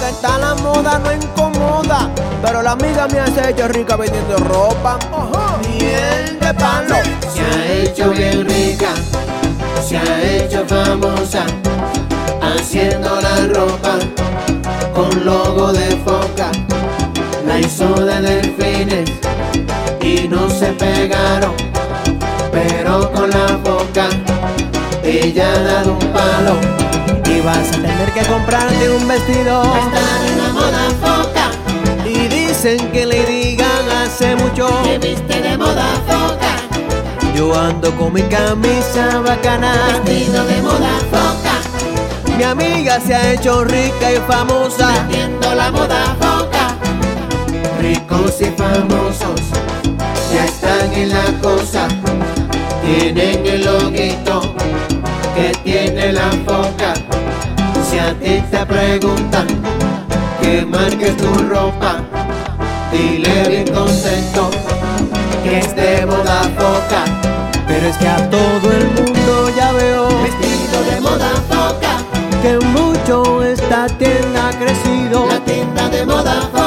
que está la moda no incomoda. Pero la amiga me hace hecho rica vendiendo ropa. Miel de palo. Se ha hecho bien rica, se ha hecho famosa, haciendo la ropa con logo de foca. La hizo de delfines y no se pegaron, pero con la boca ella ha dado un palo. Y vas a tener que comprarte un vestido. Está de la moda foca, Y dicen que le digan hace mucho. que viste de moda foca, Yo ando con mi camisa bacana. vestido de moda foca, Mi amiga se ha hecho rica y famosa. viendo la moda foca. Ricos y famosos ya están en la cosa, tienen el loguito que tiene la foca. Si a ti te preguntan que marques tu ropa, dile bien contento que es de moda foca, Pero es que a todo el mundo ya veo vestido de moda foca, que mucho esta tienda ha crecido. la tienda de moda foca.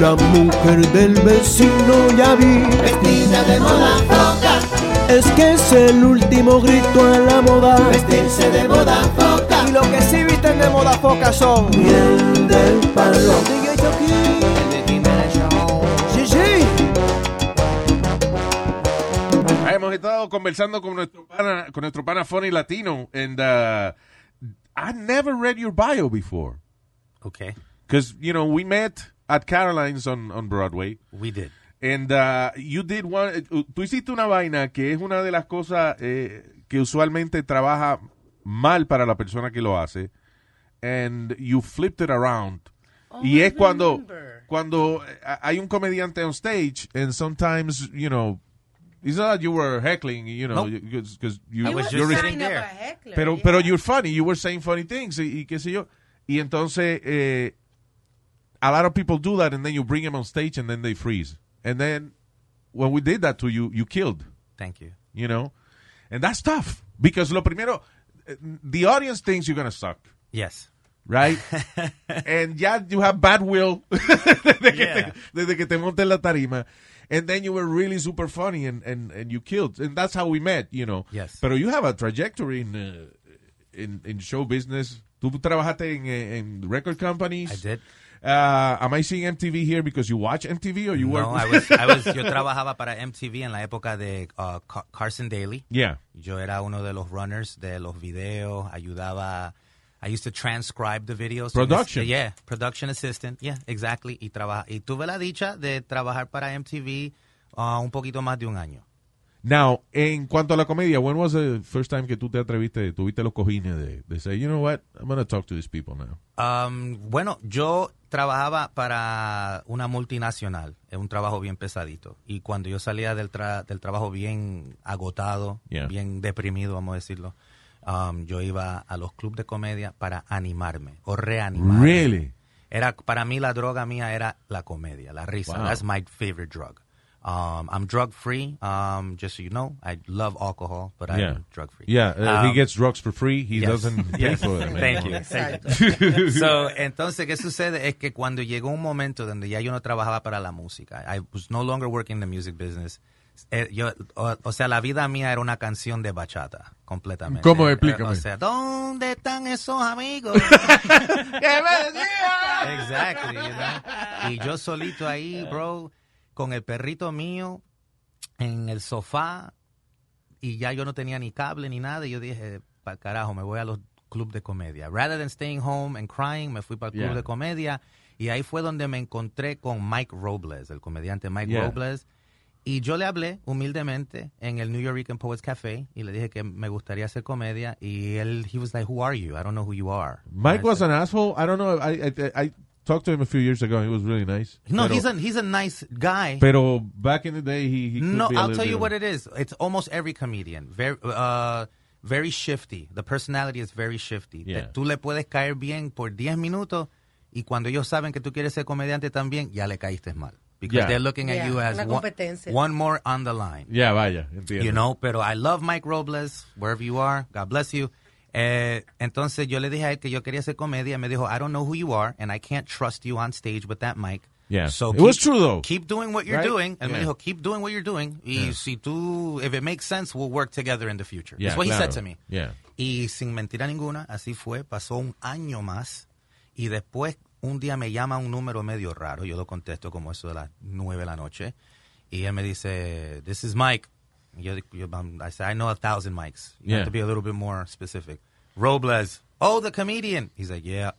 La mujer del vecino ya vi. Vestida de moda foca, Es que es el último grito a la moda. vestirse de moda foca, Y lo que sí visten de moda foca son. miel del palo. Sigue Chucky. Sí, sí. Ah, Hemos estado conversando con nuestro pana, con nuestro pana Funny Latino, and uh, I never read your bio before. Okay, Because, you know, we met at Caroline's on, on Broadway. we did. And uh, you did one, tú hiciste una vaina que es una de las cosas eh, que usualmente trabaja mal para la persona que lo hace. And you flipped it around. y es cuando, cuando eh, hay un comediante on stage and sometimes, you know, it's not that you were heckling, you know, Nope. because you, I was just you're- saying Kind of there. a heckler, pero, yeah. pero you're funny, you were saying funny things, y, y qué sé yo. Y entonces, eh, a lot of people do that, and then you bring them on stage, and then they freeze. And then, when we did that to you, you killed, Thank you. you know? And that's tough, because lo primero, eh, the audience thinks you're going to suck, Yes. right? and yeah, you have bad will desde, Yeah. que te, desde que te montes en la tarima. And then you were really super funny, and, and, and you killed. And that's how we met, you know. Yes. Pero you have a trajectory in, uh, in, in show business. Tú trabajaste en, eh, en record companies. I did. Uh, am I seeing MTV here because you watch MTV or you No, work? I was, I was, yo trabajaba para MTV en la época de uh, Ca- Carson Daly. yeah. Yo era uno de los runners de los videos, ayudaba. I used to transcribe the videos. Production. Yeah, production assistant. Yeah, exactly. Y, traba, y tuve la dicha de trabajar para MTV uh, un poquito más de un año. Now, en cuanto a la comedia, when was the first time que tú te atreviste, tuviste los cojines de, de say, you know what, I'm going to talk to these people now? Um, bueno, yo trabajaba para una multinacional, es un trabajo bien pesadito. Y cuando yo salía del, tra- del trabajo bien agotado, Yeah. bien deprimido, vamos a decirlo, um, yo iba a los clubes de comedia para animarme o reanimarme. Really? Era, para mí la droga mía era la comedia, la risa. Wow. That's my favorite drug. Um, I'm drug free, um, just so you know. I love alcohol, but yeah. I'm drug free. Yeah, uh, he Um, gets drugs for free. He Yes. doesn't pay Yes. for them. Thank you. anymore. Thank you. so, entonces, ¿qué sucede? Es que cuando llegó un momento donde ya yo no trabajaba para la música, I was no longer working in the music business. Eh, yo- o, o sea, la vida mía era una canción de bachata, completamente. ¿Cómo? Eh, Explícame. O sea, ¿dónde están esos amigos? Exactly, you know. Y yo solito ahí, bro, con el perrito mío en el sofá y ya yo no tenía ni cable ni nada. Y yo dije, para carajo, me voy a los clubes de comedia. Rather than staying home and crying, me fui para el club Yeah. de comedia. Y ahí fue donde me encontré con Mike Robles, el comediante Mike Yeah. Robles. Y yo le hablé humildemente en el New York Poets Café y le dije que me gustaría hacer comedia. Y él, he was like, who are you? I don't know who you are. Mike And I was said, an asshole. I don't know. I, I I talked to him a few years ago. He was really nice. No, pero, he's a, he's a nice guy. Pero back in the day, he, he could No, be a I'll little tell bit you of- what it is. It's almost every comedian. Very, uh, very shifty. The personality is very shifty. Te- Yeah. Tú le puedes caer bien por 10 minutos y cuando ellos saben que tú quieres ser comediante también, ya le caíste mal. Because Yeah. they're looking at Yeah, you as una one, competencia. one more on the line. Yeah, vaya. Entiendo. You know, pero I love Mike Robles, wherever you are. God bless you. Eh, entonces yo le dije a él que yo quería hacer comedia. Me dijo, I don't know who you are and I can't trust you on stage with that mic. Yeah. So It keep- was true, though. Keep doing what you're Right? doing. Él me Yeah. dijo, keep doing what you're doing. Y si tú, if it makes sense, we'll work together in the future. Yeah, That's what he claro. said to me. Yeah. Y sin mentira ninguna, así fue. Pasó un año más y después un día me llama un número medio raro. Yo lo contesto como eso de las nueve de la noche. Y él me dice, this is Mike. Y Yo, yo- um, I said, I know a thousand mics. You Yeah. have to be a little bit more specific. Robles. Oh, the comedian. He's like, yeah.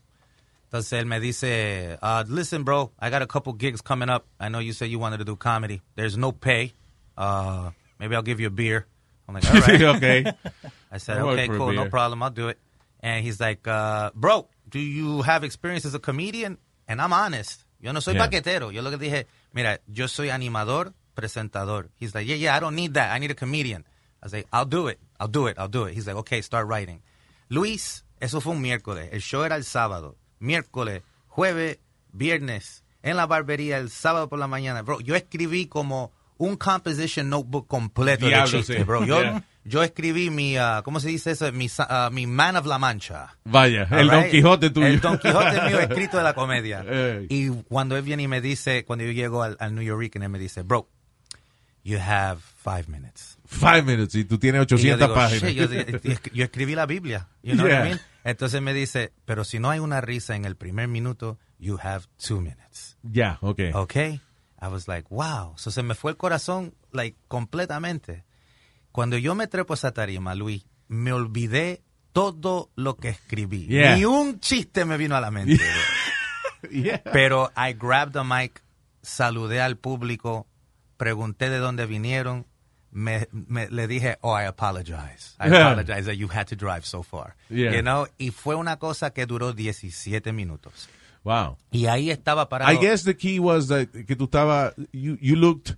Entonces él me dice, uh, listen, bro, I got a couple gigs coming up. I know you said you wanted to do comedy. There's no pay. Uh, maybe I'll give you a beer. I'm like, all right. okay. I said, I work okay, for a cool, no beer." problem, I'll do it. And he's like, uh, bro, do you have experience as a comedian? And I'm honest. Yo no soy Yeah. paquetero. Yo lo que dije, mira, yo soy animador, presentador. He's like, yeah, yeah, I don't need that. I need a comedian. I was like, I'll do it. I'll do it. I'll do it. He's like, okay, start writing. Luis, eso fue un miércoles. El show era el sábado. Miércoles, jueves, viernes, en la barbería, el sábado por la mañana. Bro, yo escribí como un composition notebook completo de Diablo, chistes, sí. bro. Yo, Yeah. yo escribí mi, ah, ¿cómo se dice eso? Mi, sa- ah, mi Man of la Mancha. Vaya, el All Don right? Quijote tuyo. El Don Quijote mío escrito de la comedia. Ey. Y cuando él viene y me dice, cuando yo llego al, al New York, él me dice, bro, you have five minutes. Five minutes y tú tienes Y yo 800 digo, páginas. "Shit", yo, digo, yo escribí la Biblia. You know what Yeah. I mean? Entonces me dice, pero si no hay una risa en el primer minuto, you have two minutes. Ya, okay. Okay. I was like, wow. So se me fue el corazón, like, completamente. Cuando yo me trepo a esa tarima, Luis, me olvidé todo lo que escribí. Yeah. Ni un chiste me vino a la mente. Yeah. Pero I grabbed the mic, saludé al público, pregunté de dónde vinieron, me, me- le dije, oh, I apologize. I Yeah. apologize that you had to drive so far. Yeah. You know? Y fue una cosa que duró 17 minutos. Wow. Y ahí estaba parado. I guess the key was that que tú estaba you you looked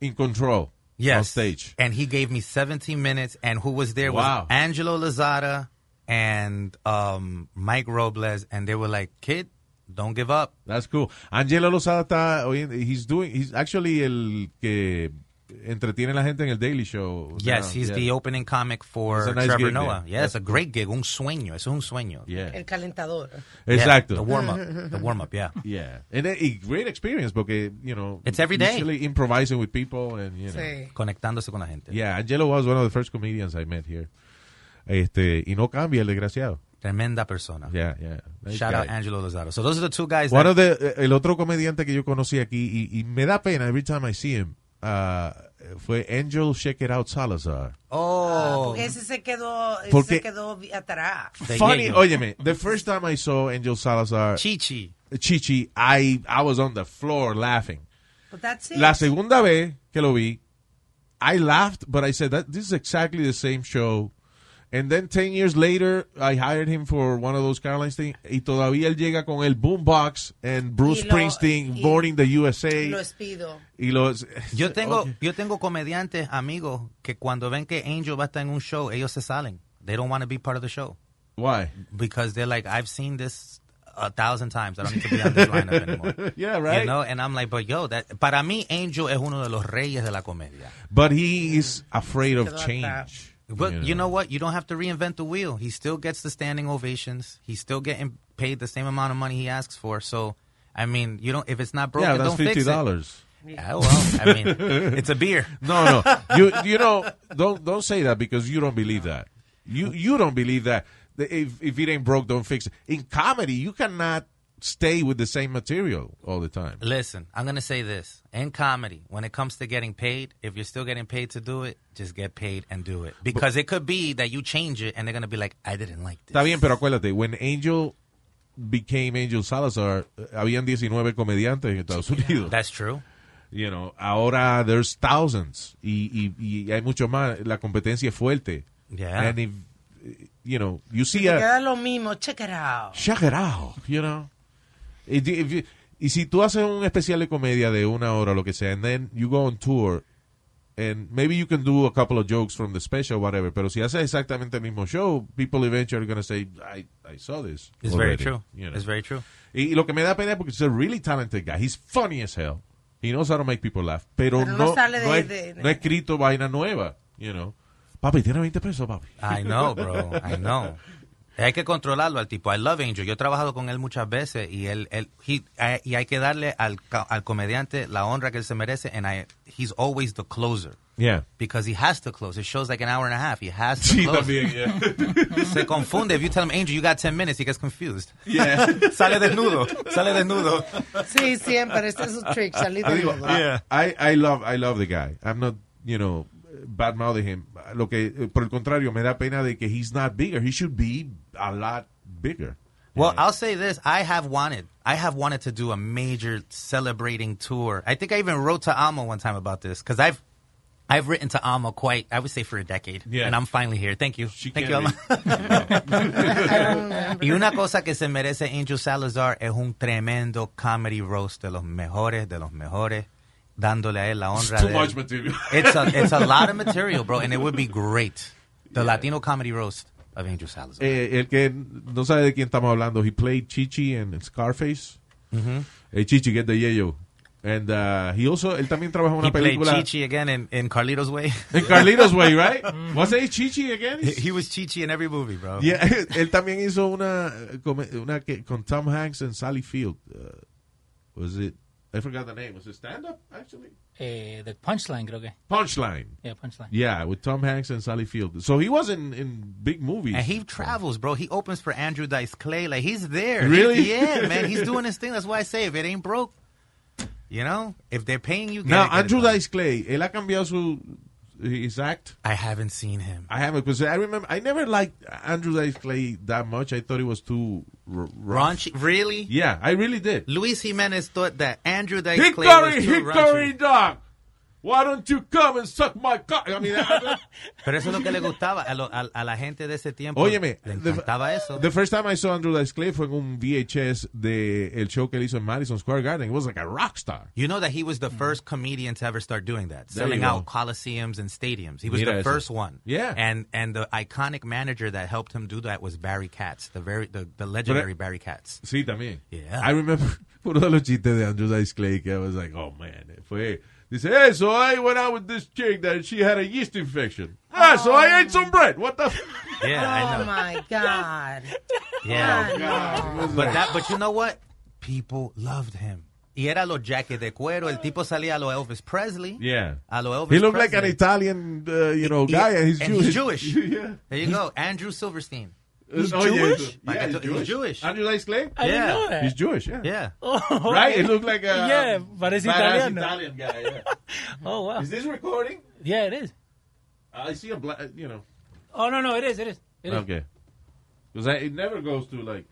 in control yes. on stage. And he gave me 17 minutes. And who was there Wow. was Angelo Lazada and um, Mike Robles. And they were like, kid, don't give up. That's cool. Angelo Lozada está hoy en- he's doing he's actually el que entretiene a la gente en el Daily Show. Yes, now. he's Yeah. the opening comic It's for a nice Trevor gig Noah. there. Yeah, it's a great gig. Un sueño. Eso es un sueño. Yeah. El calentador. Yeah, Exacto. the warm up. The warm up, yeah. Yeah. And a, a great experience because, you know, It's every day. Usually improvising with people and, you know. Sí. Conectándose con la gente. Yeah, Angelo was one of the first comedians I met here. Este, y no cambia el desgraciado. Tremenda persona. Yeah, yeah. Nice Shout out guy. Angelo Lozado. So those are the two guys. One that- of the- eh, el otro comediante que yo conocí aquí, y, y me da pena every time I see him, ah, fue Angel Shake It Out Salazar. oh, Porque ese se quedó, ese Porque- se quedó atrás. De Funny, Oh, Yale. óyeme, the first time I saw Angel Salazar, Chichi. Chichi, I, I was on the floor laughing. But Pues that's it. La segunda vez que lo vi, I laughed, but I said, that, this is exactly the same show. And then 10 years later, I hired him for one of those Carolines thing. Y todavía él llega con el Boombox and Bruce Y lo- Springsteen, y- Born in the USA. Lo espido. y los, Yo tengo, Eh, Ok. yo tengo comediantes amigos que cuando ven que Angel va a estar en un show, ellos se salen. They don't want to be part of the show Why? because they're like, I've seen this a thousand times. I don't need to be on this lineup anymore. Yeah, right. You know, and I'm like, but yo, that, para mí Angel es uno de los reyes de la comedia. But he is afraid of Quedó atrás. change. But you know. what? You don't have to reinvent the wheel. He still gets the standing ovations. He's still getting paid the same amount of money he asks for. So, I mean, you don't. If it's not broken, Yeah, that's don't fix it. $50. Ah, well, I mean, it's a beer. No, no. You you know, don't don't say that because you don't believe that. You you don't believe that. The- If if it ain't broke, don't fix it. In comedy, you cannot stay with the same material all the time. Listen, I'm gonna say this in comedy. When it comes to getting paid, if you're still getting paid to do it, just get paid and do it. Because it could be that you change it and they're gonna be like, I didn't like this. Está bien, pero acuérdate, when Angel became Angel Salazar, eh, habían 19 comediantes en Estados Unidos. That's true. You know, ahora there's thousands y, y, y hay mucho más. La competencia es fuerte. Yeah. And if, eh, you know, you see Se a, queda lo mismo. Check it out. Check it out, you know. If you- if you- y si tú haces un especial de comedia de una hora o lo que sea, and then you go on tour, and maybe you can do a couple of jokes from the special, whatever, pero si haces exactamente el mismo show, people eventually are going to say, I, I saw this. It's very already," true. you know. It's very true. y, y lo que me da pena es porque es a really talented guy. He's funny as hell. He knows how to make people laugh. Pero, Pero no no, sale no de- es- de- no ha escrito vaina nueva, you know. Papi, tiene 20 pesos, papi. I know, bro. I know. Hay que controlarlo al tipo. I love Angel. Yo he trabajado con él muchas veces y él, él he- eh, y hay que darle al, ca- al comediante la honra que él se merece. And I, he's always the closer Yeah. because he has to close. It shows like an hour and a half. He has to Sí, close. también, yeah. Se confunde. If you tell him Angel, you got 10 minutes, he gets confused. Yeah. Sale desnudo. Sale desnudo. Sí, siempre. Este es un trick, salir I, de digo, nudo. I- I, I love I love the guy. I'm not, you know, bad mouthing him. Lo que eh, por el contrario me da pena de que he's not bigger. He should be a lot bigger. Eh, Well, I'll say this: I have wanted, I have wanted to do a major celebrating tour. I think I even wrote to Alma one time about this because I've, I've written to Alma quite, I would say, for a decade, Yeah. and I'm finally here. Thank you, She thank you, can't Alma. y una cosa que se merece Angel Salazar es un tremendo comedy roast de los mejores, de los mejores, dándole a él la honra. Too de much él. material. It's a, it's a lot of material, bro, and it would be great. The Latino comedy roast of Angel Salazar. Eh, el que no sabe de quién estamos hablando, he played Chichi en Scarface. Mm-hmm. Eh, Chichi que es de Yellow. And uh, he also él también trabaja en una He played película Chichi again in, in Carlito's Way. en Carlitos Way, right? Was it Chichi again? He- He was Chichi in every movie, bro. Yeah, él también hizo una, eh, come- una que, con Tom Hanks and Sally Field. Uh, was it? I forgot the name. Was it stand up actually? Eh, the Punchline, creo que. Punchline. Yeah, Punchline. Yeah, with Tom Hanks and Sally Field. So he was in, in big movies. And he travels, bro. He opens for Andrew Dice Clay. Like he's there. Really? He- yeah, man. He's doing his thing. That's why I say if it ain't broke, you know, if they're paying you. get Now it, get it Andrew done. Dice Clay, él ha cambiado su his act. I haven't seen him. I haven't because I remember I never liked Andrew Dice Clay that much. I thought it was too r- rough. Raunchy, really? Yeah, I really did. Luis Jimenez thought that Andrew Dice Clay Hickory, was too Hickory raunchy. dog. Why don't you come and suck my cock? I mean, I- Pero eso es lo que le gustaba a, lo- a- a la gente de ese tiempo. Óyeme, le the- encantaba eso. The first time I saw Andrew Dice Clay fue en un VHS de el show que él hizo en Madison Square Garden. It was like a rock star. You know that he was the first comedian to ever start doing that, Mm-hmm. There you selling go. out coliseums and stadiums. He was Mira the eso. first one. Yeah. and and the iconic manager that helped him do that was Barry Katz, the very the, the legendary Barry Katz. Sí, también. Yeah. I remember uno de los chistes de Andrew Dice Clay que I was like, oh man, fue. Dice, hey, so I went out with this chick that she had a yeast infection. Ah, so I ate some bread. What the? F-? Yeah, I Oh know. my God. Yeah, I Oh, know. but that but you know what? People loved him. Y era los jackets de cuero. El tipo salía a lo Elvis Presley. Yeah. a lo Elvis. He looked like Presley. an Italian, uh, you know, He- guy, and he's Jewish. Jewish. yeah. There you go, Andrew Silverstein. He's Jewish? Yeah, Like, I he's thought he was Jewish. Jewish. Andrew Dice Clay? I Yeah. didn't know that. He's Jewish, yeah. Yeah. Oh, Right? okay. It looked like a Yeah, parece badass italiano. Italian guy. Yeah. Oh, wow. Is this recording? Yeah, it is. I see a black, you know. Oh, no, no, it is, it is. It is. Okay. Because it never goes to like.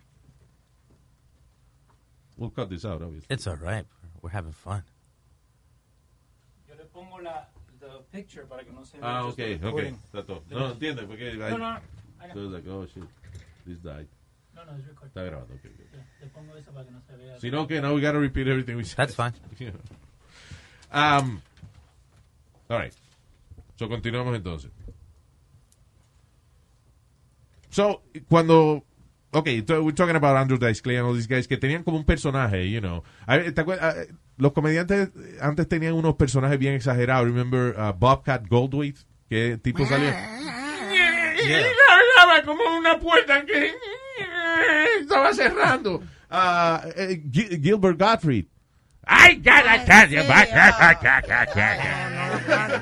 We'll cut this out, obviously. It's all right. We're having fun. Yo le pongo la the picture para que no se Ah, okay, okay. That's all. No, entiende, porque. I, No, no, So it's like, oh shit, this died. no, no, es record. Está grabado, okay. good. Le pongo eso para que no se vea. Si no, okay, now we gotta repeat everything we said. That's fine. Yeah. Um, all right. So continuamos entonces. So, cuando. Ok, so we're talking about Andrew Dice Clay and all these guys que tenían como un personaje, you know. A ver, ¿te acuer- a- Los comediantes antes tenían unos personajes bien exagerados. Remember uh, Bobcat Goldthwait, que tipo salía. Yeah. Hablaba como una puerta que estaba cerrando. Ah, eh, Gil- Gilbert Gottfried. I gotta tell you, but-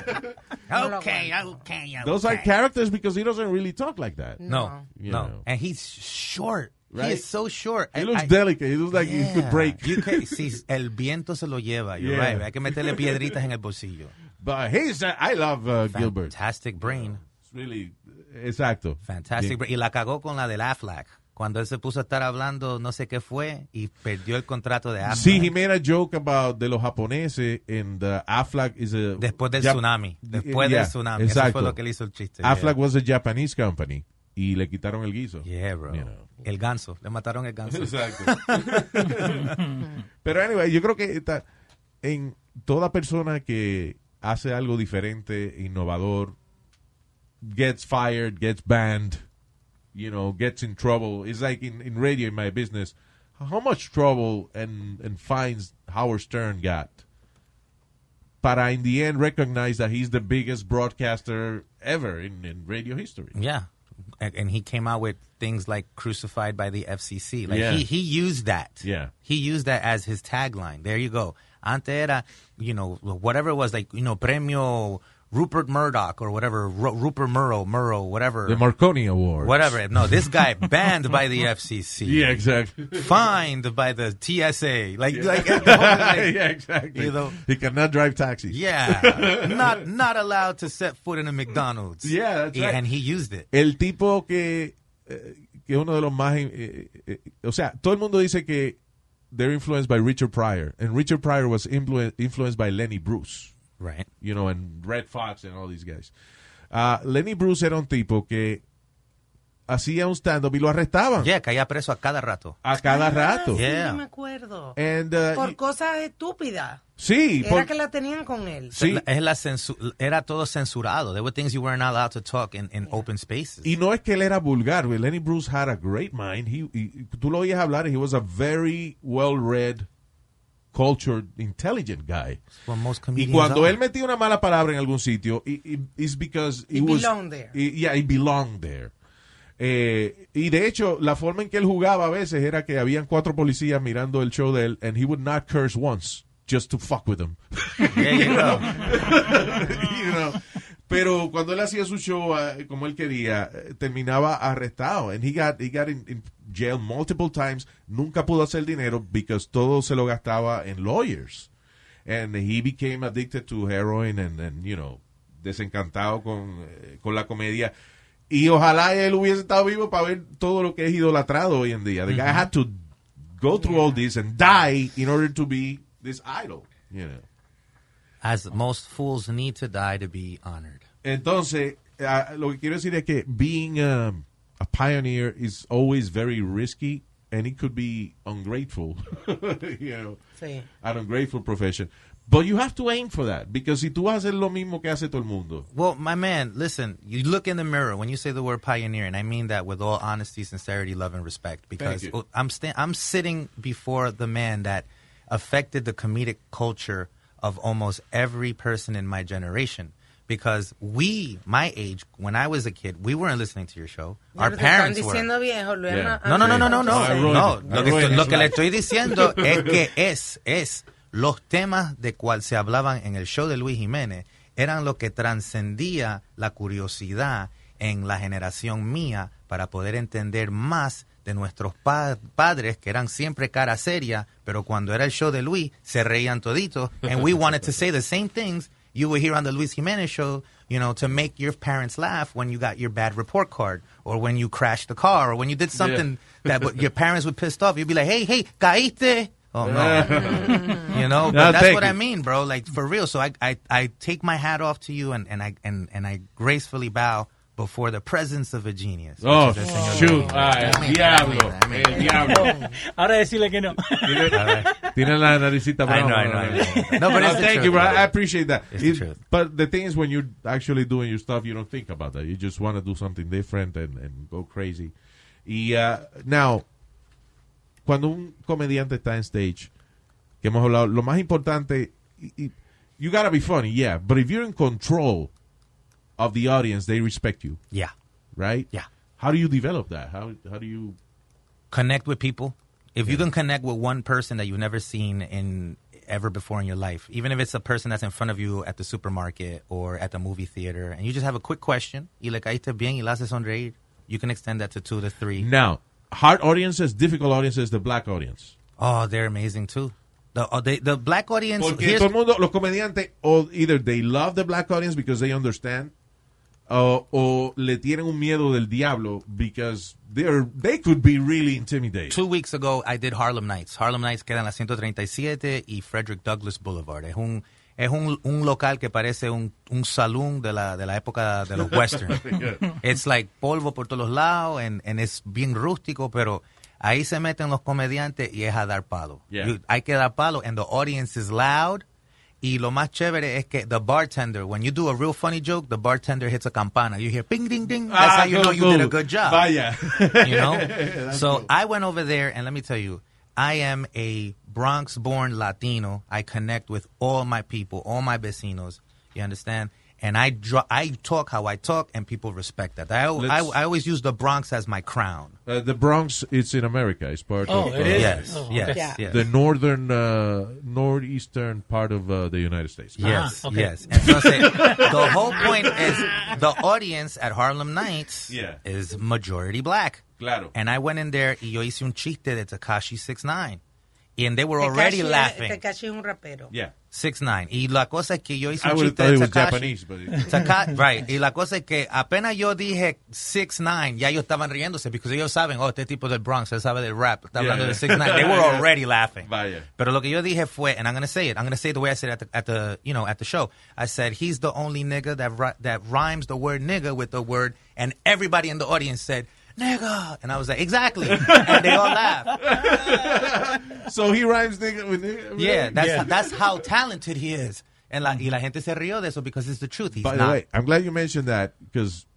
Okay, okay, okay. Those are characters because he doesn't really talk like that. No, You no. know. And he's short. Right? He is so short. He I- looks I- delicate. He looks like he could Yeah. break. You can- si el viento se lo lleva, you're Yeah. right. Hay que meterle piedritas en el bolsillo. But he's, uh, I love uh, Gilbert. Fantastic brain. It's really, exacto. Fantastic brain. Y la cagó con la del Aflac. Cuando él se puso a estar hablando no sé qué fue y perdió el contrato de Aflac. Sí, he made a joke about de los japoneses and uh, Aflac is a... Después del Jap- tsunami. Después Yeah, del tsunami. Eso Exacto. fue lo que le hizo el chiste. Aflac was a Japanese company y le quitaron el guiso. Yeah, Yeah, bro. You know. El ganso. Le mataron el ganso. Exacto. Pero anyway, yo creo que está en toda persona que hace algo diferente, innovador, gets fired, gets banned, you know, gets in trouble. It's like in, in radio, in my business, how much trouble and, and fines Howard Stern got para in the end recognize that he's the biggest broadcaster ever in, in radio history. Yeah. And, and he came out with things like crucified by the FCC. Like Yeah. he, he used that. Yeah. He used that as his tagline. There you go. Ante era, you know, whatever it was, like, you know, premio Rupert Murdoch or whatever, Ru- Rupert Murrow, Murrow, whatever. The Marconi Award. whatever. No, this guy banned by the FCC. Yeah, exactly. Fined by the TSA. Like, like, yeah, exactly. You know- he cannot drive taxis. yeah. Not, not allowed to set foot in a McDonald's. Yeah, that's right. And he used it. El tipo que, eh, que es uno de los más... eh, eh, eh, o sea, todo el mundo dice que they're influenced by Richard Pryor. And Richard Pryor was influ- influenced by Lenny Bruce. Right. you know, and Red Fox and all these guys. Ah, Lenny Bruce era un tipo que hacía un stand-up y lo arrestaban Yeah, caía preso a cada rato. a cada rato. Sí, Yeah. Eh, me acuerdo. And, uh, Por y- cosas estúpidas. sí, Era por- que la tenían con él. sí. La- es la censu- era todo censurado. There were things you weren't allowed to talk in, in open spaces. y no es que él era vulgar. güey. Lenny Bruce had a great mind. He- y- tú lo oías hablar. He was a very well-read, cultured, intelligent guy. Well, most Y comedians cuando are. él metía una mala palabra en algún sitio, i- i- it's because He it was- belonged there. i- yeah, it belonged there. Eh, y de hecho, la forma en que él jugaba a veces era que habían cuatro policías mirando el show de él, and he would not curse once, just to fuck with them. There you go. You know? Pero cuando él hacía su show eh, como él quería, eh, terminaba arrestado. And he got, he got in, in jail multiple times. Nunca pudo hacer dinero because todo se lo gastaba en lawyers. And he became addicted to heroin and, and, you know, desencantado con, eh, con la comedia. Y ojalá él hubiese estado vivo para ver todo lo que es idolatrado hoy en día. The guy had to go through all this and die in order to be this idol, you know. As most fools need to die to be honored. Entonces, ah, lo que quiero decir es que being um, a pioneer is always very risky and it could be ungrateful, you know, Sí. an ungrateful profession. But you have to aim for that because si tú vas a hacer lo mismo que hace todo el mundo, Well, my man, listen, you look in the mirror when you say the word pioneer, and I mean that with all honesty, sincerity, love, and respect, because you. I'm, sta- I'm sitting before the man that affected the comedic culture of almost every person in my generation. Because we, my age, when I was a kid, we weren't listening to your show. Our Pero te están parents were. diciendo viejo, lo Yeah. era- No, no, no, no, no, Ah, no. ruined No, it. lo que, Ruined it. lo que le estoy diciendo es que es, es, los temas de cual se hablaban en el show de Luis Jiménez eran lo que trascendía la curiosidad en la generación mía para poder entender más de nuestros pa- padres que eran siempre cara seria, pero cuando era el show de Luis se reían toditos and we wanted to say the same things you were here on the Luis Jimenez show, you know, to make your parents laugh when you got your bad report card or when you crashed the car or when you did something that w- your parents were pissed off. You'd be like, hey, hey, caíste. Oh, no. you know, No, but that's thank what you. I mean, bro. Like, for real. So I, I, I take my hat off to you and, and, I, and, and I gracefully bow before the presence of a genius. which Oh, is el señor shoot. Luis Jiménez. Ah, el I mean, diablo. I mean, I mean. Ahora decirle que no. tiene, tiene la naricita I know, brava. I know, I know. No, No, but it's the thank truth, you, bro. bro. I appreciate that. It's the It- truth. But the thing is, when you're actually doing your stuff, you don't think about that. You just want to do something different and, and go crazy. Y uh, now, cuando un comediante está en stage, que hemos hablado, lo más importante, y- y- you gotta be funny, yeah, but if you're in control of the audience, they respect you, Yeah. right? Yeah. How do you develop that? How how do you? connect with people. If you can connect with one person that you've never seen in ever before in your life, even if it's a person that's in front of you at the supermarket or at the movie theater, and you just have a quick question, y le caíste bien y la haces sonreír, you can extend that to two to three. Now, hard audiences, difficult audiences, the black audience. Oh, they're amazing too. The oh, they, the black audience. Porque here's- todo el mundo, los comediantes, o either they love the black audience because they understand, o- o le tienen un miedo del diablo because they're, they could be really intimidated. Two weeks ago, I did Harlem Nights. Harlem Nights queda en la 137 y Frederick Douglass Boulevard. Es un, es un, un local que parece un, un saloon de la, de la época de los western. It's like polvo por todos lados and, and es bien rústico, pero ahí se meten los comediantes y es a dar palo. Yeah. You- hay que dar palo and the audience is loud. Y lo más chévere es que the bartender, when you do a real funny joke, the bartender hits a campana. You hear ping, ding, ding. That's Ah, how you know you did a good job Ah, Vaya. you know so i went over there and let me tell you I am a Bronx born Latino. I connect with all my people, all my vecinos. You understand? And I draw, I talk how I talk, and people respect that. I, al- I, Let's- I always use the Bronx as my crown. Uh, the Bronx, it's in America. It's part Oh, of it uh, is? Yes, Oh, yes, okay. Yeah. yes. the northern, uh, northeastern part of uh, the United States. Yes, Ah, okay. yes. Entonces, the whole point is the audience at Harlem Nights Yeah. is majority black. Claro. And I went in there y yo hice un chiste de Takashi 69 And they were already laughing. Tekashi es un rapero. Yeah. 69 Y la cosa es que yo hice I un would have chiste thought de it was Tekashi. Japanese, but it- Taka- right. Y la cosa es que apenas yo dije 6ix9ine, ya ellos estaban riéndose, porque ellos saben, oh, este tipo del Bronx, él sabe del rap, está Yeah, hablando de yeah. 6ix9ine. They were Yeah. already laughing. Vaya. Pero lo que yo dije fue, and I'm going to say it, I'm going to say it the way I said it at the, at the, you know, at the show. I said, he's the only nigga that, ri- that rhymes the word nigga with the word, and everybody in the audience said, nigga. And I was like, exactly. and they all laughed. so he rhymes nigga with nigga. Yeah, that's, Yeah. that's how talented he is. And la, y la gente se rió de eso because it's the truth. He's By not. the way, I'm glad you mentioned that because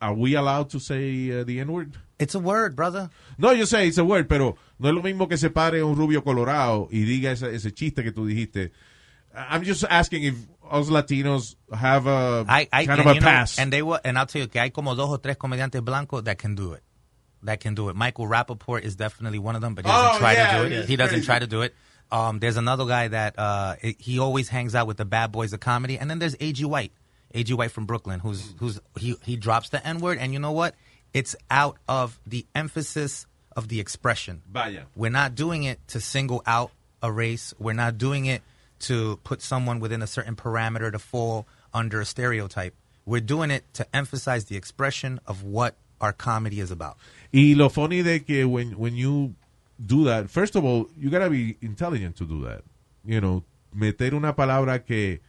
are we allowed to say uh, the N word? It's a word, brother. No, yo sé, it's a word, pero no es lo mismo que se pare un rubio colorado y diga esa- ese chiste que tú dijiste. I'm just asking if us Latinos have a I, I kind and, of a you know, pass. and they were, and I'll tell you, que hay como dos o tres comediantes blancos that can do it. That can do it. Michael Rappaport is definitely one of them, but he doesn't Oh, try yeah, to do he's it. He doesn't crazy. try to do it. Um, there's another guy that uh, he- he always hangs out with the bad boys of comedy, and then there's A.G. White, A.G. White from Brooklyn, who's who's he he drops the N word, and you know what? It's out of the emphasis of the expression. Vaya. We're not doing it to single out a race. We're not doing it to put someone within a certain parameter to fall under a stereotype. We're doing it to emphasize the expression of what our comedy is about. Y lo funny de que when, when you do that, first of all, you gotta be intelligent to do that. You know, meter una palabra que,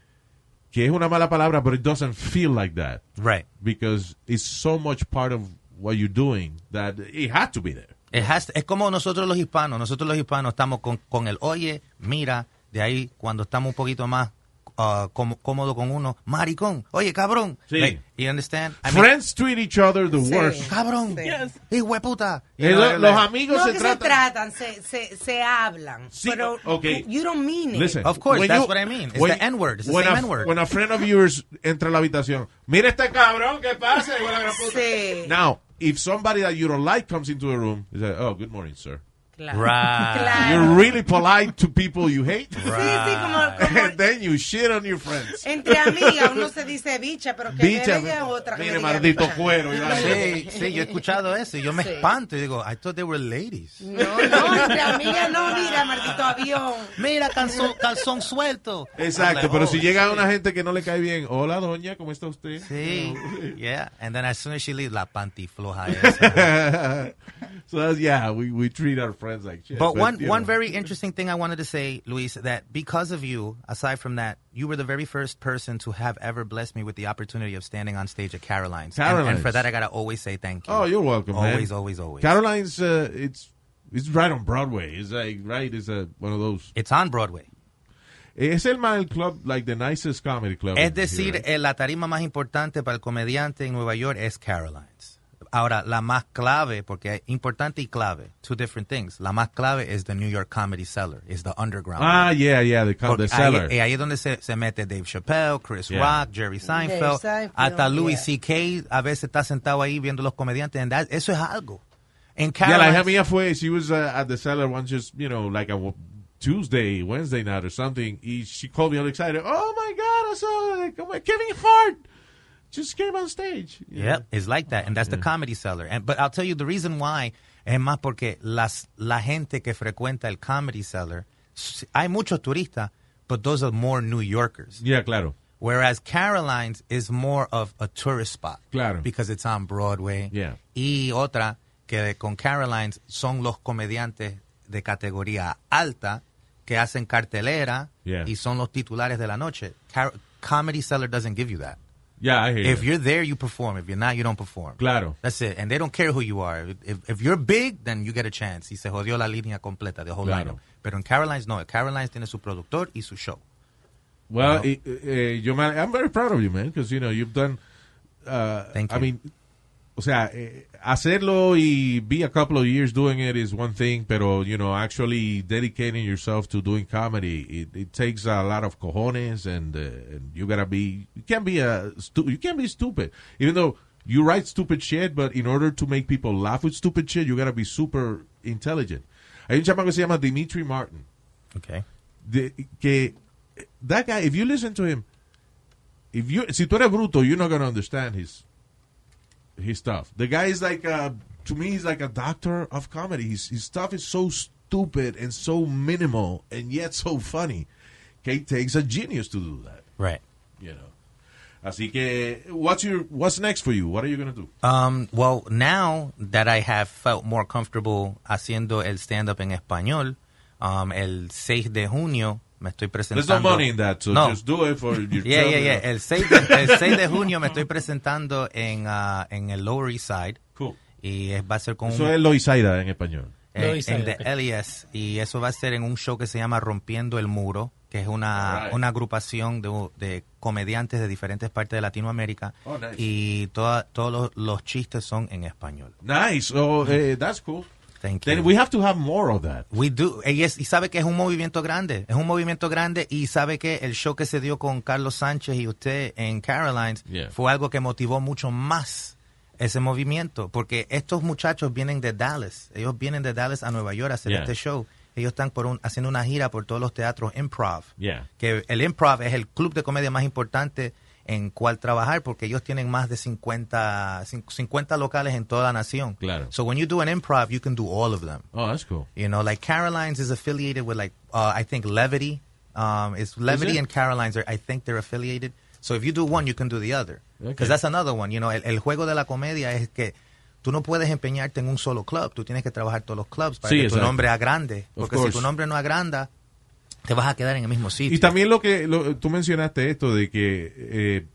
que es una mala palabra, but it doesn't feel like that. Right. Because it's so much part of what you're doing that it had to be there. It has to- es como nosotros los hispanos. Nosotros los hispanos estamos con, con el oye, mira, de ahí cuando estamos un poquito más uh, cómo- cómodo con uno, maricón, oye, cabrón. Sí. Like, you understand? I mean, Friends treat each other the Sí. worst. Cabrón. Yes. Hijo de puta. You Eh, know, lo- they're los like- amigos No se que se tratan. tratan, se, se, se hablan. Sí, pero okay. you don't mean it. Listen, Of course, when that's what I mean. It's the N-word. It's the when same a- N-word. When a friend of yours entra a la habitación, mira este cabrón, ¿qué pasa? hijo de la gran puta?" Sí. Now, if somebody that you don't like comes into a room, you say, oh, good morning, sir. Claro. Right. Claro. You're really polite to people you hate, Sí, sí, como, como and then you shit on your friends. entre amigas uno se dice bicha, pero que Bicha, ella es otra que mire, me diga maldito bicha. cuero. y vaina. Sí, sí, yo he escuchado eso y yo me espanto y digo, I thought they were ladies. No, no, entre amigas no, mira, maldito avión. Mira, calzón, calzón suelto. Exacto, I'm like, pero oh, si llega una gente que no le cae bien, hola, doña, ¿cómo está usted? Sí, yeah. And then as soon as she leaves, la pantifloja esa. so, that's, yeah, we, we treat our friends like shit. But one, you one know. very interesting thing I wanted to say, Luis, that because of you, aside from that, you were the very first person to have ever blessed me with the opportunity of standing on stage at Caroline's. And- And, Caroline's. for that, I got to always say thank you. Oh, you're welcome. man. Always, always, always. Caroline's, uh, it's it's right on Broadway. It's like right. It's a one of those. it's on Broadway. Es el mal club, like the nicest comedy club. Es in here, decir, right? eh, la tarima más importante para el comediante en Nueva York es Caroline's. Ahora, la más clave, porque es importante y clave, two different things. La más clave es the New York Comedy Cellar, is the underground. ah, yeah, yeah, the, club, the Porque cellar. Ahí, eh, ahí es donde se, se mete Dave Chappelle, Chris Yeah. Rock, Jerry Seinfeld, Dave Seinfeld, hasta Louis yeah. C.K. a veces está sentado ahí viendo los comediantes. and that- eso es algo. En yeah, Caroline's, la hija mía fue. She was uh, at the cellar once, just you know, like a w- Tuesday, Wednesday night or something. He, she called me all excited. Oh my god, I saw like, oh my, Kevin Hart just came on stage. Yep, Mm-hmm. it's like that, and that's the comedy cellar. And but I'll tell you the reason why es más porque las la gente que frecuenta el comedy cellar s- hay muchos turistas, but those are more New Yorkers. Yeah, claro. Whereas Caroline's is more of a tourist spot, Claro. because it's on Broadway. Yeah. Y otra que con Caroline's son los comediantes de categoría alta que hacen cartelera Yeah. y son los titulares de la noche. Car- comedy cellar doesn't give you that. Yeah, I hear If you. you're there, you perform. If you're not, you don't perform. Claro. That's it. And they don't care who you are. If, if you're big, then you get a chance. Y se jodió la línea completa, the whole Claro. lineup. Pero en Caroline's, no. Caroline's tiene su productor y su show. Well, Wow. eh, eh, yo, man, I'm very proud of you, man, because you know you've done. Uh, Thank I you. mean, o sea, eh, hacerlo y be a couple of years doing it is one thing, pero, you know, actually dedicating yourself to doing comedy, it, it takes a lot of cojones and, uh, and you gotta be, you can't be a, stu- you can't be stupid. Even though you write stupid shit, but in order to make people laugh with stupid shit, you gotta be super intelligent. Hay un chamaco que se llama Dimitri Martin. Okay. de, que that guy, if you listen to him, if you si tú eres bruto, you're not gonna understand his his stuff. The guy is like a, to me, he's like a doctor of comedy. His his stuff is so stupid and so minimal and yet so funny. Que it takes a genius to do that, Right. you know. Así que, what's your what's next for you? What are you gonna do? Um, well, now that I have felt more comfortable haciendo el stand-up en español, um, el 6 de junio me estoy presentando. There's no money in that, so No. just do it for your Yeah, yeah, children. yeah. El 6 de, el 6 de junio me estoy presentando en, ah, en el Lower East Side. Cool. Y es- va a ser con Eso un- es Loisaida en español. en, Lower East Side, Eh, en The ok. LES. Y eso va a ser en un show que se llama Rompiendo el Muro, que es una, Alright. una agrupación de, de comediantes de diferentes partes de Latinoamérica. Oh, nice. Y toda- todos los, los chistes son en español. Nice. Oh, eh, that's cool. Thank Then you. we have to have more of that. We do. Y, es- y sabe que es un movimiento grande. Es un movimiento grande y sabe que el show que se dio con Carlos Sánchez y usted en Carolines Yeah. fue algo que motivó mucho más ese movimiento. Porque estos muchachos vienen de Dallas. Ellos vienen de Dallas a Nueva York a hacer Yeah. este show. Ellos están por un- haciendo una gira por todos los teatros improv. Yeah. Que el improv es el club de comedia más importante en cual trabajar porque ellos tienen más de 50, 50 locales en toda la nación. Claro. So when you do an improv, you can do all of them. Oh, that's cool. You know, like Caroline's is affiliated with like uh, I think Levity. Um, it's Levity it? and Caroline's are I think they're affiliated. So if you do one, you can do the other. Okay. Because that's another one. You know, el, el juego de la comedia es que tú no puedes empeñarte en un solo club. Tú tienes que trabajar todos los clubs para Sí, que exacto. tu nombre agrande. Of Porque si course. tu nombre no agranda, te vas a quedar en el mismo sitio. Y también lo que lo- tú mencionaste esto de que eh,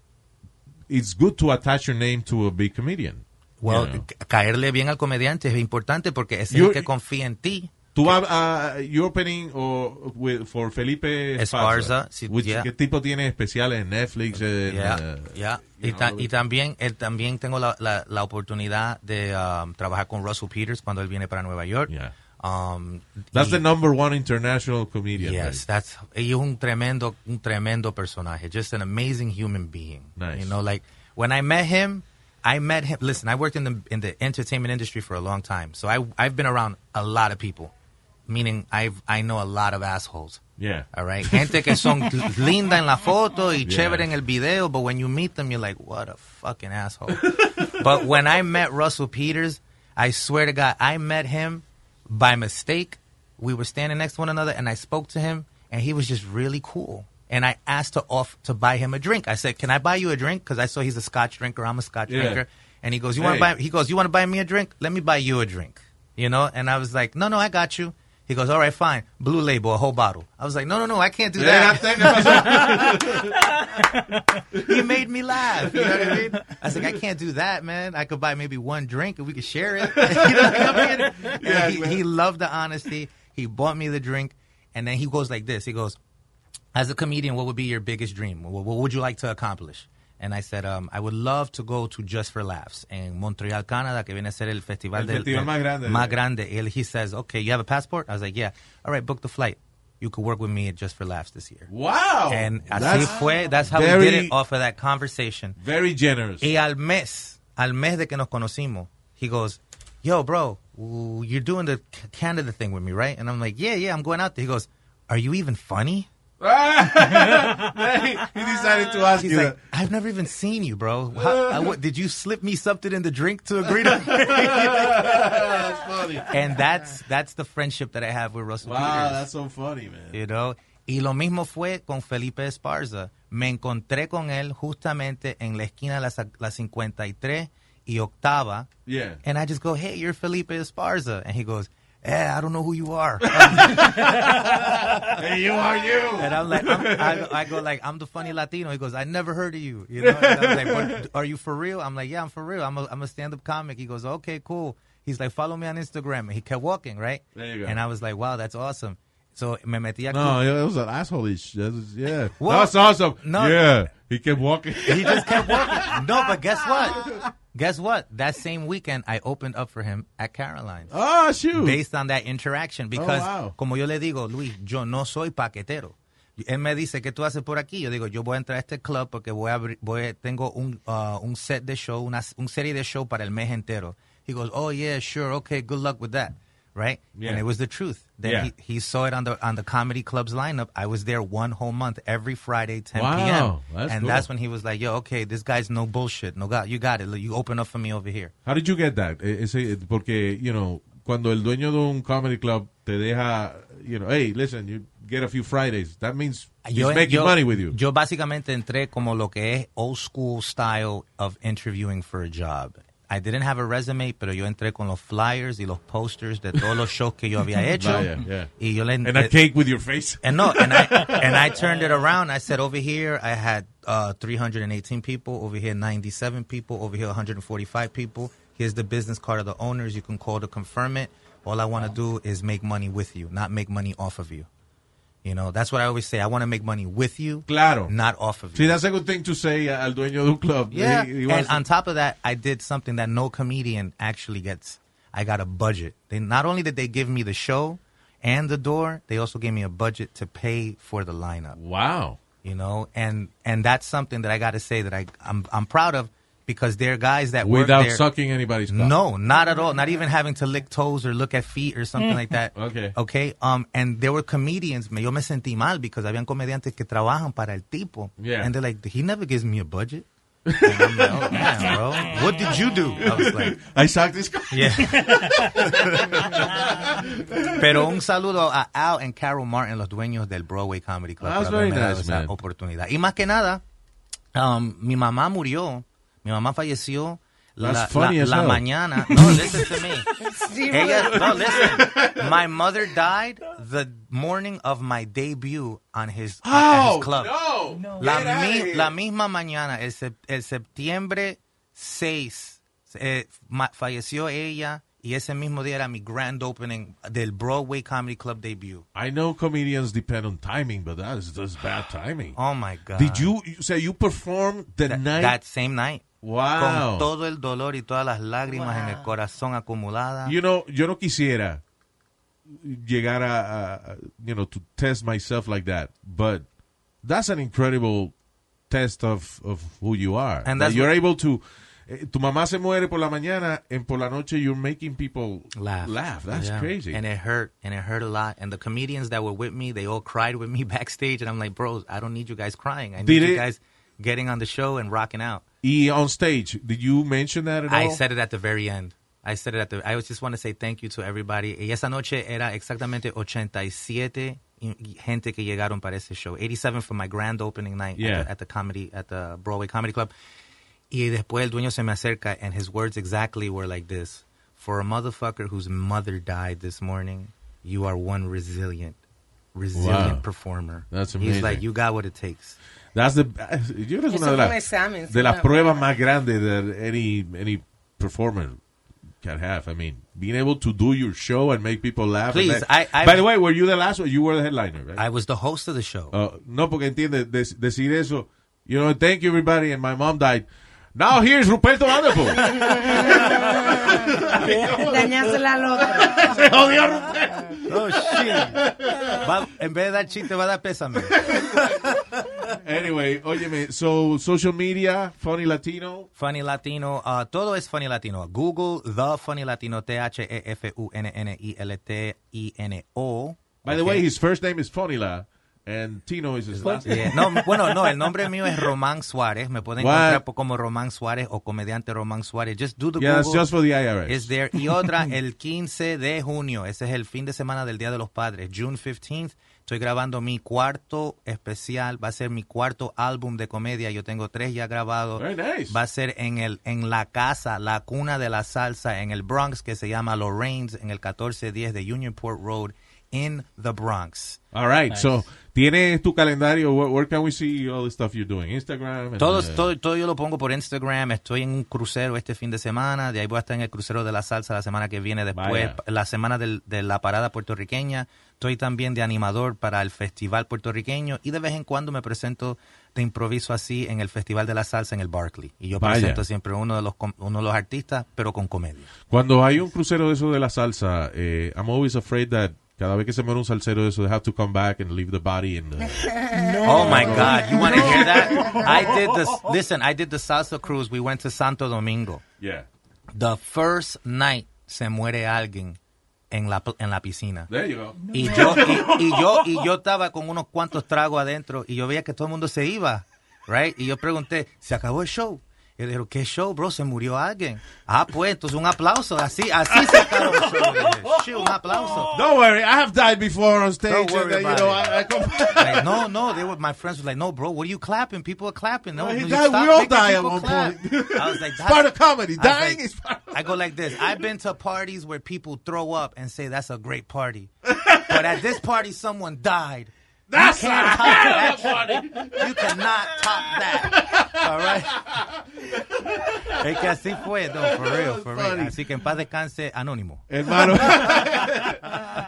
it's good to attach your name to a big comedian. Well, You know. ca- caerle bien al comediante es importante porque es You're- el que confía en ti. Tú vas a you're opening o with- for Felipe Esparza, Esparza, sí, which- yeah. ¿qué tipo tiene especiales en Netflix? en, Yeah, eh, yeah. you Y, know, ta- all y that. también eh, también tengo la, la- la oportunidad de um, trabajar con Russell Peters cuando él viene para Nueva York. Yeah. Um, That's y- the number one international comedian. Yes, that's y es un tremendo un tremendo personaje, just an amazing human being. Nice. You know, like when I met him, I met him. Listen, I worked in the in the entertainment industry for a long time, so I I've been around a lot of people, meaning I've I know a lot of assholes. Yeah. All right. Gente que son linda en la foto y Yeah. chévere en el video, but when you meet them, you're like, what a fucking asshole. but when I met Russell Peters, I swear to God, I met him by mistake. We were standing next to one another, and I spoke to him, and he was just really cool. And I asked to off to buy him a drink. I said, "Can I buy you a drink?" Because I saw he's a Scotch drinker. I'm a Scotch Yeah. drinker. And he goes, "You want Hey. to buy?" He goes, "You want to buy me a drink? Let me buy you a drink." You know? And I was like, "No, no, I got you." He goes, "All right, fine. Blue Label, a whole bottle." I was like, "No, no, no, I can't do Yeah, I that." think that's- he made me laugh. You know what I mean? I was like, "I can't do that, man. I could buy maybe one drink and we could share it." you know what I mean? And Yeah, he, man. he loved the honesty. He bought me the drink, and then he goes like this. He goes, as a comedian, what would be your biggest dream? What, what would you like to accomplish? And I said, um, I would love to go to Just for Laughs in Montreal, Canada, que viene a ser el festival, El del- festival del- más grande. Más grande. And he says, okay, you have a passport? I was like, yeah. All right, book the flight. You could work with me at Just for Laughs this year. wow. And así Oh, that's fue. That's how very- we did it off of that conversation. very generous. Y al mes, al mes de que nos conocimos, he goes, yo, bro, w- you're doing the C- Canada thing with me, right? And I'm like, yeah, yeah, I'm going out there. He goes, are you even funny? he decided to ask He's you. like, I've never even seen you, bro. How, I- what, did you slip me something in the drink to agree to? that. that's funny. and that's that's the friendship that I have with Russell Wow, Peters. that's so funny, man. You know? Y lo mismo fue con Felipe Esparza. Me encontré con él justamente en la esquina de la, sa- la 53 y octava. Yeah. And I just go, hey, you're Felipe Esparza. And he goes, eh, I don't know who you are. Hey, you are you. And I'm like, I'm, I, I go like, I'm the funny Latino. He goes, I never heard of you. You know, and I'm like, "But are you for real? I'm like, yeah, I'm for real. I'm a, I'm a stand-up comic. He goes, okay, cool. He's like, follow me on Instagram. And he kept walking, right? There you go. And I was like, wow, that's awesome. So, me metí a No, yeah, that was an asshole shit. Yeah. Well, That's awesome. no. Yeah. He kept walking. He just kept walking. No, but guess what? Guess what? That same weekend, I opened up for him at Caroline's. oh, shoot. Based on that interaction. Because, Oh, wow. como yo le digo, Luis, yo no soy paquetero. Él me dice, ¿qué tú haces por aquí? Yo digo, yo voy a entrar a este club porque voy a abrir- voy, tengo un, ah, un set de show, una un serie de show para el mes entero. He goes, oh, yeah, sure, okay, good luck with that. Right? Yeah. And it was the truth. Then Yeah. he, he saw it on the on the comedy club's lineup. I was there one whole month, every Friday, 10 Wow, p.m. that's and cool. that's when he was like, yo, okay, this guy's no bullshit. No, God, you got it. You open up for me over here. How did you get that? E- ese- porque, you know, cuando el dueño de un comedy club te deja, you know, hey, listen, you get a few Fridays. That means he's making money with you. yo básicamente entré como lo que es old school style of interviewing for a job. I didn't have a resume, pero yo entré con los flyers y los posters de todos los shows que yo había hecho. Vaya, yeah. Y yo le eh, And a cake with your face. And no, and I and I turned it around. I said over here I had uh, 318 people, over here 97 people, over here 145 people. Here's the business card of the owners. You can call to confirm it. All I want to do is make money with you, not make money off of you. You know, that's what I always say. I want to make money with you, Claro. not off of you. See, that's a good thing to say al dueño de un club. yeah. He- he and wants to- on top of that, I did something that no comedian actually gets. I got a budget. They not only did they give me the show and the door, they also gave me a budget to pay for the lineup wow. you know and and that's something that i got to say that i I'm, I'm proud of because there are guys that work Without there, sucking anybody's cock. no not at all not even having to lick toes or look at feet or something like that Okay. okay um and there were comedians me yo me sentí mal because habían comediantes que trabajan para el tipo Yeah. and they're like he never gives me a budget And I'm like, oh, man, bro. What did you do? I was like, I sucked this cock. yeah. Pero un saludo a Al and Carol Martin, los dueños del Broadway Comedy Club, Ah, That's por haberme very dado nice, esa man. oportunidad. Y más que nada, um, mi mamá murió, mi mamá falleció la, That's la- funny as la hell. mañana. No, listen to me. Sí, Ella, no, listen. My mother died the morning of my debut on his, at his club. Oh, no. La, mi- la misma mañana, el, sep- el septiembre 6, eh, ma- falleció ella y ese mismo día era mi grand opening del Broadway Comedy Club debut. I know comedians depend on timing, but that is just bad timing. Oh my God. Did you, you say you perform the That, night? that same night. Wow. Con todo el dolor y todas las lágrimas en el corazón acumuladas. you know, yo no quisiera llegar a, a- you know, to test myself like that, but that's an incredible test of, of who you are. And That that's you're what- able to, eh, tu mamá se muere por la mañana, and por la noche you're making people laugh. That's Yeah. crazy. And it hurt. And it hurt a lot. And the comedians that were with me, they all cried with me backstage. And I'm like, bros, I don't need you guys crying. I need Did you it- guys getting on the show and rocking out. y on stage, did you mention that at I all? said it at the very end. I said it at the. I was just want to say thank you to everybody. Y esa noche era exactamente 87 y- y gente que llegaron para ese show. 87 for my grand opening night Yeah. at, the, at the comedy at the Broadway Comedy Club. Y después el dueño se me acerca and his words exactly were like this: For a motherfucker whose mother died this morning, you are one resilient, resilient Wow. performer. That's He's like, amazing. you got what it takes. That's the, yo creo que es Eso una de, fue las- un examen, sí, de las una- pruebas más grandes that any, any performer can have. I mean, being able to do your show and make people laugh. and Please, that- I- I- By the way, were you the last one? You were the headliner, right? I was the host of the show. Uh, no, porque entiende, des- decir eso, you know, thank you everybody, and my mom died. Now here's Ruperto Vanderpool. Dañársela al otro. Oh shit. Va- en vez de dar chiste, va a dar pésame. anyway, óyeme, so social media, Funny Latino, Funny Latino, uh, todo es Funny Latino. Google The Funny Latino, E T-H-E-F-U-N-N-I-L-T-I-N-O. By the way, his first name is Fonila, and Tino is his last name. Yeah. No, bueno, no, el nombre mío es Román Suárez. Me pueden What? encontrar po- como Román Suárez o comediante Román Suárez. Just do the Yeah, that's Google. just for the IRS. Is there. Y otra, el 15 de junio. Ese es el fin de semana del Día de los Padres. June 15th. Estoy grabando mi cuarto especial. Va a ser mi cuarto álbum de comedia. Yo tengo tres ya grabados. Very nice. Va a ser en, el, en la casa, la cuna de la salsa, en el Bronx, que se llama Lorraine's, en el 1410 de Unionport Road. in the Bronx. All right, so tienes tu calendario. Where, where can we see all the stuff you're doing? Instagram. and, Todo, uh, todo, todo yo lo pongo por Instagram. Estoy en un crucero este fin de semana. De ahí voy a estar en el crucero de la salsa la semana que viene. Después, Vaya. pa- la semana del- de la parada puertorriqueña. Estoy también de animador para el festival puertorriqueño. Y de vez en cuando me presento de improviso así en el festival de la salsa en el Barclay. Y yo Vaya. presento siempre uno de los com- uno de los artistas, pero con comedia. Cuando hay un crucero de eso de la salsa, eh, I'm always afraid that cada vez que se muere un salsero de eso, they have to come back and leave the body. And, uh, Oh my God, you want to hear that? I did this. Listen, I did the salsa cruise. We went to Santo Domingo. yeah, The first night se muere alguien en la, pl- en la piscina. there you go. Y yo, y, y yo, y yo estaba con unos cuantos tragos adentro y yo veía que todo el mundo se iba, right? Y yo pregunté, ¿se acabó el show? Y dijeron, ¿qué show, bro? ¿Se murió alguien? Ah, pues, entonces un aplauso. Así, así se acabó el show. Yo dije, "Shit, un aplauso. Don't worry, I have died before on stage. Don't and, worry uh, you about know, it. I, I come- Like, no, no, they were, my friends were like, no, bro, what are you clapping? People are clapping. No, Well, he you died- stop we all making die at people one clap." point. I was like, It's part of comedy. I was Dying like- is part of- I go like this. I've been to parties where people throw up and say that's a great party, but at this party someone died. That's you can't top that party. You cannot top that. All right. Es que así fue, no, for real, for real. Funny. Así que en paz descanse, anónimo. Hermano.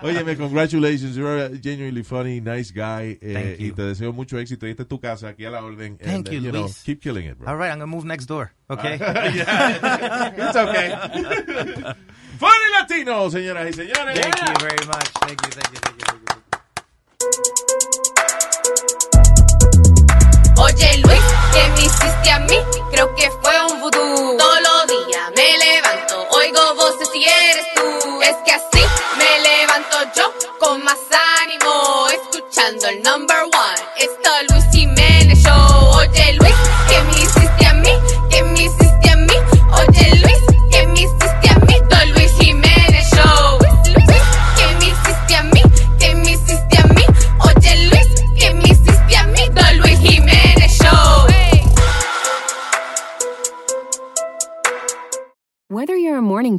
Óyeme, congratulations. You're a genuinely funny, nice guy. eh, Thank y you. te deseo mucho éxito. Y Esta es tu casa, aquí a la orden. and, Thank uh, you, know, Luis. keep killing it, bro. All right, I'm gonna move next door. Okay. It's okay. funny Latino, señoras y señores. Thank you very much. Thank you, thank you, thank you. Thank you. Oye Luis, ¿qué me hiciste a mí? Creo que fue un vudú. Todos los días me levanto, oigo voces y eres tú. Es que así me levanto yo con más ánimo, escuchando el number one. Esto es Luis Jiménez Show. Oye Luis, ¿qué me hiciste a mí? ¿Qué me hiciste a mí? Oye Luis, ¿qué me hiciste a mí? Esto es Luis Jiménez Show. Luis, Luis, ¿qué me hiciste a mí? ¿Qué me hiciste a mí? Oye Luis, ¿qué me hiciste a mí? Don Luis Jiménez Show. Whether you're a morning